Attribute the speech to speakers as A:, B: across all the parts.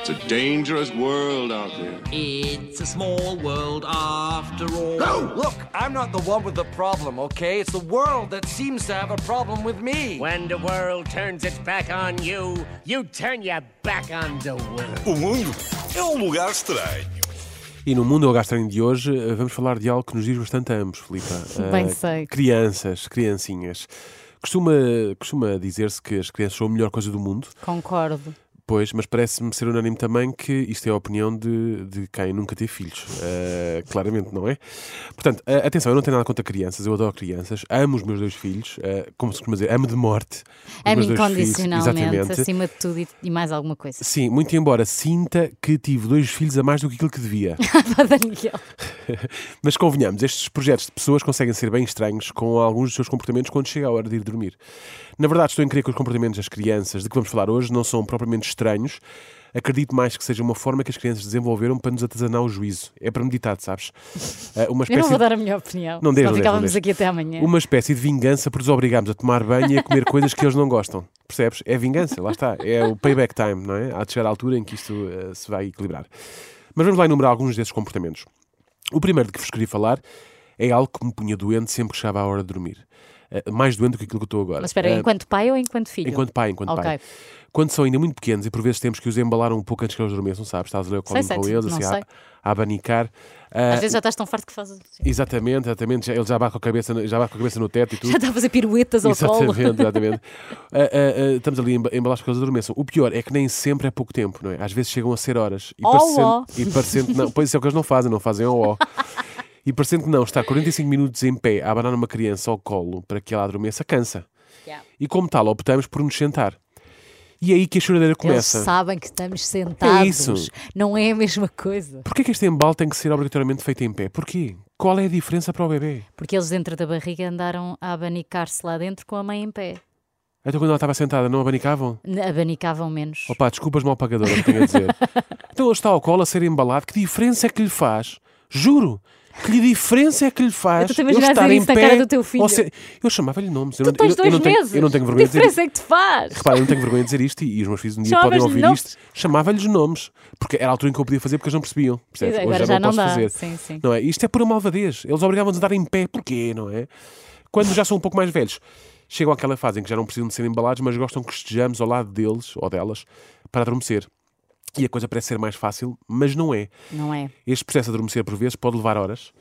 A: It's a dangerous world out there.
B: It's a small world after all.
C: Look, I'm not the one with the problem, okay? It's the world that seems to have a problem with me.
D: When the world turns its back on you, you turn your back on the world.
E: O mundo é um lugar estranho.
F: E no Mundo ao Gastranho de hoje eh, vamos falar de algo que nos diz bastante a ambos, Filipa.
G: Bem
F: Eh,
G: sei.
F: Crianças, criancinhas. Costuma, costuma dizer-se que as crianças são a melhor coisa do mundo,
G: Concordo.
F: pois, mas parece-me ser unânime também que isto é a opinião de, de quem nunca teve filhos. Eh, claramente, não é? Portanto, eh, atenção, eu não tenho nada contra crianças, eu adoro crianças, amo os meus dois filhos, eh, como se costuma dizer, amo de morte. os
G: Amo
F: meus dois filhos,
G: É incondicionalmente, assim.
F: exatamente.
G: acima de tudo e, e mais alguma coisa.
F: Sim, muito embora sinta que tive dois filhos a mais do que aquilo que devia.
G: Pá, Daniel.
F: Mas convenhamos, estes projetos de pessoas conseguem ser bem estranhos com alguns dos seus comportamentos quando chega a hora de ir dormir. Na verdade, estou em crer que os comportamentos das crianças de que vamos falar hoje não são propriamente estranhos. Acredito mais que seja uma forma que as crianças desenvolveram para nos atazanar o juízo. É premeditado, sabes? Eh, Uma
G: Eu não
F: espécie
G: vou
F: de
G: dar a minha opinião.
F: Não dês, não
G: senão
F: dês,
G: ficávamos
F: não dês.
G: aqui até amanhã.
F: uma espécie de vingança por nos obrigarmos a tomar banho e a comer coisas que eles não gostam. Percebes? É vingança, lá está. É o payback time, não é? Há de chegar a altura em que isto eh, se vai equilibrar. Mas vamos lá enumerar alguns desses comportamentos. O primeiro de que vos queria falar é algo que me punha doente sempre que chegava à hora de dormir. Eh, mais doente do que aquilo que eu estou agora.
G: Mas espera,
F: Eh,
G: enquanto pai ou enquanto filho?
F: Enquanto pai, enquanto
G: Ok.
F: pai. Quando são ainda muito pequenos e por vezes temos que os embalar um pouco antes que eles adormeçam, sabes? Estás a ler o colo
G: sei,
F: com
G: sei,
F: eles,
G: não
F: assim, a,
G: sei.
F: a abanicar. Ah,
G: Às vezes já estás tão farto que fazes.
F: Exatamente, exatamente. Já, ele já bate, com a cabeça, no- já bate com a cabeça no teto e tudo.
G: Já está a fazer piruetas ao colo.
F: Exatamente, é exatamente. Ah, ah, ah, estamos ali a emba- embalar as coisas adormeçam. O pior é que nem sempre é pouco tempo, não é? Às vezes chegam a ser horas. E
G: Ó, ó.
F: e parecendo que não. Pois isso é o que eles não fazem, não fazem ó ó. E parecendo que não, estar 45 minutos em pé a abanar uma criança ao colo para que ela adormeça cansa.
G: Yeah.
F: E como tal, optamos por nos sentar. E é aí que a choradeira
G: Eles
F: começa.
G: sabem que estamos sentados.
F: É isso.
G: Não é a mesma coisa.
F: Porquê que este embalo tem que ser obrigatoriamente feito em pé? Porquê? Qual é a diferença para o bebê?
G: Porque eles dentro da barriga andaram a abanicar-se lá dentro com a mãe em pé.
F: Então quando ela estava sentada, não abanicavam?
G: N- Abanicavam menos.
F: Opa, desculpas mal pagadoras, tenho a dizer. então ele está ao colo a ser embalado, que diferença é que lhe faz? Juro! Que diferença é que lhe faz?
G: Eu estou a
F: ele
G: imaginar
F: estar
G: dizer
F: em
G: isso na
F: pé
G: cara do teu
F: ou
G: filho.
F: ser- Eu chamava-lhe nomes. Eu
G: Tu
F: não, eu,
G: tens
F: eu
G: dois
F: não tenho,
G: meses.
F: eu não tenho
G: que
F: vergonha de dizer
G: diferença é que te faz?
F: Repara, eu não tenho vergonha de dizer isto e, e os meus filhos um dia podem
G: Chamavas-lhe
F: ouvir
G: nomes?
F: isto. Chamava-lhes nomes, porque era a altura em que eu podia fazer porque eles não percebiam. percebes?
G: Pois é,
F: Hoje
G: agora já
F: não posso
G: não dá.
F: fazer.
G: Sim, sim.
F: Não é? Isto é pura malvadez. Eles obrigavam-nos a andar em pé, porquê, não é? Quando já são um pouco mais velhos, chegam àquela fase em que já não precisam de ser embalados, mas gostam que estejamos ao lado deles ou delas para adormecer. E a coisa parece ser mais fácil, mas não é.
G: Não é?
F: Este processo de adormecer por vezes pode levar horas,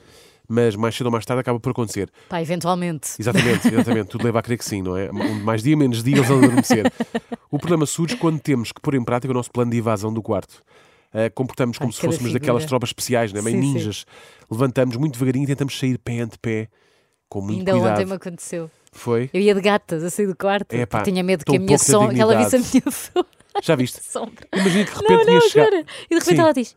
F: mas mais cedo ou mais tarde acaba por acontecer.
G: Pá, eventualmente.
F: Exatamente, exatamente. Tudo leva a crer que sim, não é? Um- Mais dia, menos dia, eles vão adormecer. O problema surge quando temos que pôr em prática o nosso plano de evasão do quarto. Uh, comportamos como
G: Ai,
F: se
G: cada
F: fôssemos
G: figura.
F: daquelas tropas especiais, não é? meio
G: Sim, sim.
F: ninjas. Levantamos muito devagarinho e tentamos sair pé ante pé, com muito
G: Ainda
F: cuidado.
G: ontem me aconteceu.
F: Foi?
G: Eu ia de gatas a sair do quarto.
F: Epá,
G: porque tinha medo que
F: tão
G: a minha
F: pouco da
G: sombra. que ela visse a
F: dignidade.
G: minha sombra.
F: Já viste?
G: sombra.
F: Imagina que de repente
G: Não, não,
F: ia chegar.
G: jura. E de repente
F: Sim.
G: ela diz: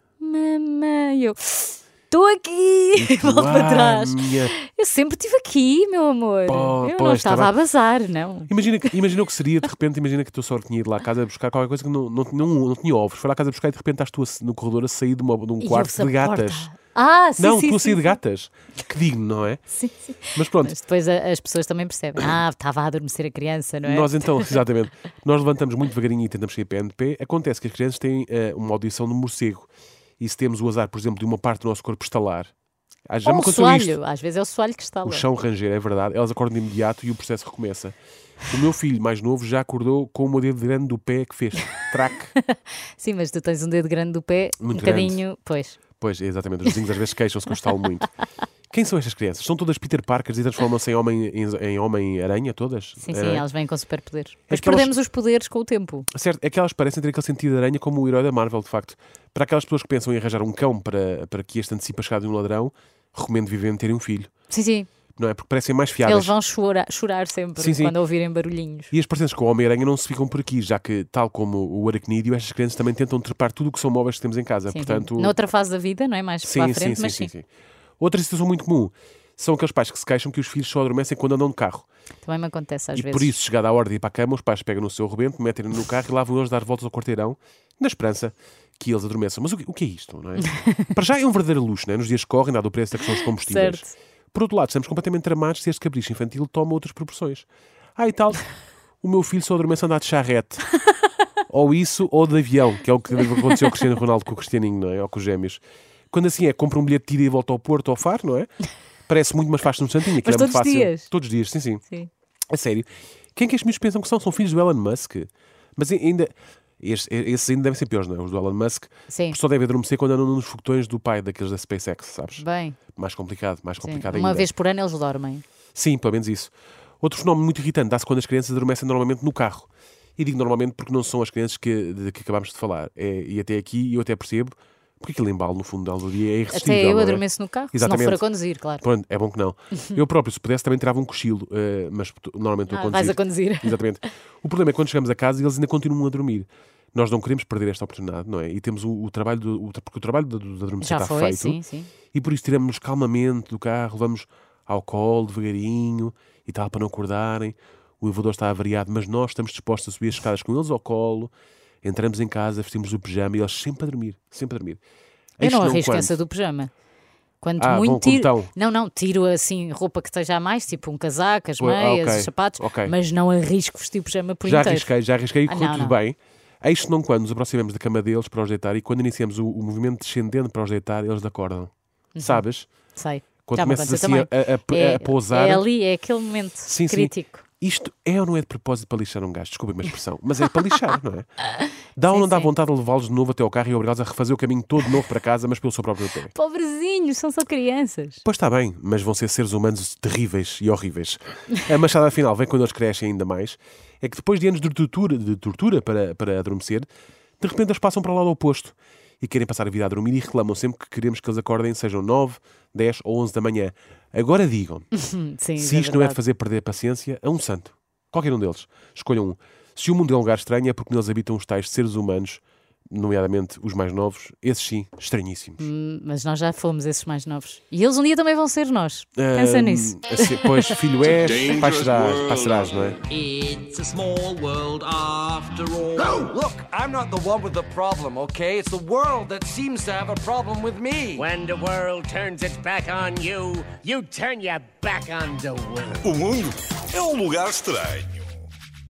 G: Mamãe, eu estou aqui. Volto para
F: Ah,
G: trás.
F: minha
G: Eu sempre estive aqui, meu amor.
F: Pó-
G: eu não
F: pois,
G: estava
F: estava-
G: a bazar, não.
F: Imagina, que- imagina o que seria, de repente, imagina que a tua sogra tinha ido lá à casa buscar qualquer coisa que não, não, não, não tinha ovos. Foi lá à casa buscar e de repente estás tu a se- no corredor a sair de, uma- de um
G: E
F: quarto
G: ouve-se
F: de
G: a porta.
F: gatas.
G: Ah, sim,
F: não,
G: sim,
F: tu a
G: sim,
F: sair de
G: sim.
F: gatas. Que digno, não é?
G: Sim, sim.
F: Mas pronto,
G: Mas depois a- as pessoas também percebem. Ah, estava a adormecer a criança, não é?
F: nós então, exatamente, nós levantamos muito devagarinho e tentamos sair PNP. Acontece que as crianças têm eh, uma audição de morcego. E se temos o azar, por exemplo, de uma parte do nosso corpo estalar, ah, já
G: Ou um
F: me
G: o
F: aconteceu
G: soalho.
F: isto.
G: Às vezes é o soalho que está lá.
F: O chão ranger, é verdade. Elas acordam de imediato e o processo recomeça. O meu filho mais novo já acordou com o dedo grande do pé que fez. Traque.
G: Sim, mas tu tens um dedo grande do pé,
F: Muito
G: um
F: grande.
G: bocadinho. Pois.
F: Pois, é, exatamente. Os vizinhos às vezes queixam-se que eu estalo muito. Quem são estas crianças? São todas Peter Parkers e transformam-se em homem- em- em Homem-Aranha, todas? Eh,
G: Sim, sim,
F: Era-
G: elas vêm com superpoderes. Mas
F: que elas-
G: perdemos os poderes com o tempo.
F: Certo, é que elas parecem ter aquele sentido de aranha como o herói da Marvel, de facto. Para aquelas pessoas que pensam em arranjar um cão para, para que este antecipe a chegada de um ladrão, recomendo vivendo terem um filho,
G: Sim, sim.
F: não é? Porque parecem mais
G: Eles
F: fiáveis.
G: vão chorar, chorar sempre
F: Sim, sim.
G: quando ouvirem barulhinhos.
F: E as parecenças com o Homem-Aranha não se ficam por aqui, já que, tal como o aracnídeo, estas crianças também tentam trepar tudo o que são móveis que temos em casa.
G: Sim, sim.
F: Portanto,
G: Noutra fase da vida, não é? Mais para a frente, mas sim.
F: Outra situação muito comum são aqueles pais que se queixam que os filhos só adormecem quando andam de carro.
G: Também me acontece às
F: e
G: vezes.
F: por isso, chegada a hora de ir para a cama, os pais pegam no seu rebento, metem-no no carro e lá vão eles dar voltas ao quarteirão, na esperança que eles adormeçam. Mas o que, o que é isto, não é? para já é um verdadeiro luxo, não é? Nos dias que correm, dado o preço da questão dos combustíveis.
G: Certo.
F: Por outro lado, estamos completamente tramados se este capricho infantil toma outras proporções. Ah, e tal, o meu filho só adormece a andar de charrete. Ou isso, ou de avião, que é o que aconteceu ao Cristiano Ronaldo com o Cristianinho, não é? Ou com os gêmeos. Quando assim é, compra um bilhete de ida e volta ao Porto ou ao Faro, não é? Parece muito, mas faz-se um santinho. aquilo
G: Mas
F: é muito
G: todos
F: fácil.
G: os dias?
F: Todos os dias, sim, sim.
G: Sim.
F: A sério. Quem é que estes miúdos pensam que são? São filhos do Elon Musk. Mas ainda. Estes, esses ainda devem ser piores, não é? Os do Elon Musk.
H: Sim.
F: Porque Só devem adormecer quando andam nos foguetões do pai, daqueles da SpaceX, sabes?
H: Bem,
F: Mais complicado, mais
H: sim.
F: complicado
H: uma
F: é um ainda.
H: vez por ano eles dormem.
F: Sim, pelo menos isso. Outro fenómeno muito irritante dá-se quando as crianças adormecem normalmente no carro. E digo normalmente porque não são as crianças que, de que acabámos de falar. É, e até aqui eu até percebo porque aquele embalo no fundo da aldeia é irresistível.
H: Até eu
F: não é?
H: adormeço no carro, se
F: Exatamente.
H: não for a conduzir, claro.
F: Pronto, é bom que não. Eu próprio, se pudesse, também tirava um cochilo, eh, mas t- normalmente estou
H: Ah,
F: a conduzir.
H: vais a conduzir.
F: Exatamente. O problema é que quando chegamos a casa eles ainda continuam a dormir. Nós não queremos perder esta oportunidade, não é? E temos o, o trabalho, do, o tra- porque o trabalho do, do adormecer
H: Já
F: está
H: foi,
F: feito.
H: sim, sim.
F: E por isso tiramos calmamente do carro, vamos ao colo, devagarinho e tal, para não acordarem. O elevador está avariado, mas nós estamos dispostos a subir as escadas com eles ao colo. Entramos em casa, vestimos o pijama e eles sempre a dormir, sempre a dormir.
H: Eu
F: Isto
H: não arrisco
F: quando.
H: essa do pijama. Quanto
F: Ah,
H: muito
F: bom, como
H: tiro.
F: estão?
H: Não, não, tiro assim roupa que esteja a mais, tipo um casaco, as
F: Pois, ah,
H: meias,
F: ok,
H: os sapatos,
F: ok.
H: mas não arrisco vestir pijama por
F: Já
H: inteiro.
F: arrisquei, já arrisquei e
H: Ah,
F: correu
H: não,
F: tudo
H: não.
F: bem. Eis não quando nos aproximamos da cama deles para os deitar e quando iniciamos o, o movimento descendente para os deitar, eles acordam.
H: Uhum.
F: Sabes?
H: Sei.
F: Quando
H: Já me
F: começas
H: aconteceu
F: assim a,
H: também.
F: a- a-
H: é,
F: a pousar.
H: é ali, é aquele momento
F: Sim, sim.
H: crítico.
F: Isto é ou não é de propósito para lixar um gajo? Desculpem a minha expressão, mas é para lixar, não é? Dá ou
H: Sim,
F: não dá
H: sim.
F: vontade de levá-los de novo até ao carro e obrigá-los a refazer o caminho todo de novo para casa, mas pelo seu próprio pé?
G: Pobrezinhos, são só crianças.
F: Pois está bem, mas vão ser seres humanos terríveis e horríveis. A machada final vem quando eles crescem ainda mais. É que depois de anos de tortura, de tortura para, para adormecer, de repente eles passam para o lado oposto e querem passar a vida a dormir e reclamam sempre que queremos que eles acordem, sejam 9, 10 ou 11 da manhã. Agora digam
H: Hum, Sim,
F: se isto não é de fazer perder a paciência a um santo. Qualquer um deles. Escolham um. Se o mundo é um lugar estranho é porque neles habitam os tais seres humanos, nomeadamente os mais novos, esses sim, estranhíssimos.
H: verdade. Mas nós já fomos esses mais novos. E eles um dia também vão ser nós. Pensa
F: Ahm,
H: nisso.
F: assim, pois, filho és,
A: Dangerous
F: pai serás,
A: world.
F: pai serás, não é?
B: It's a small world after all.
C: Look, I'm not the one with the problem, okay? It's the world that seems to have a problem with me.
D: When the world turns its back on you, you turn your back on the world.
E: O mundo é um lugar estranho.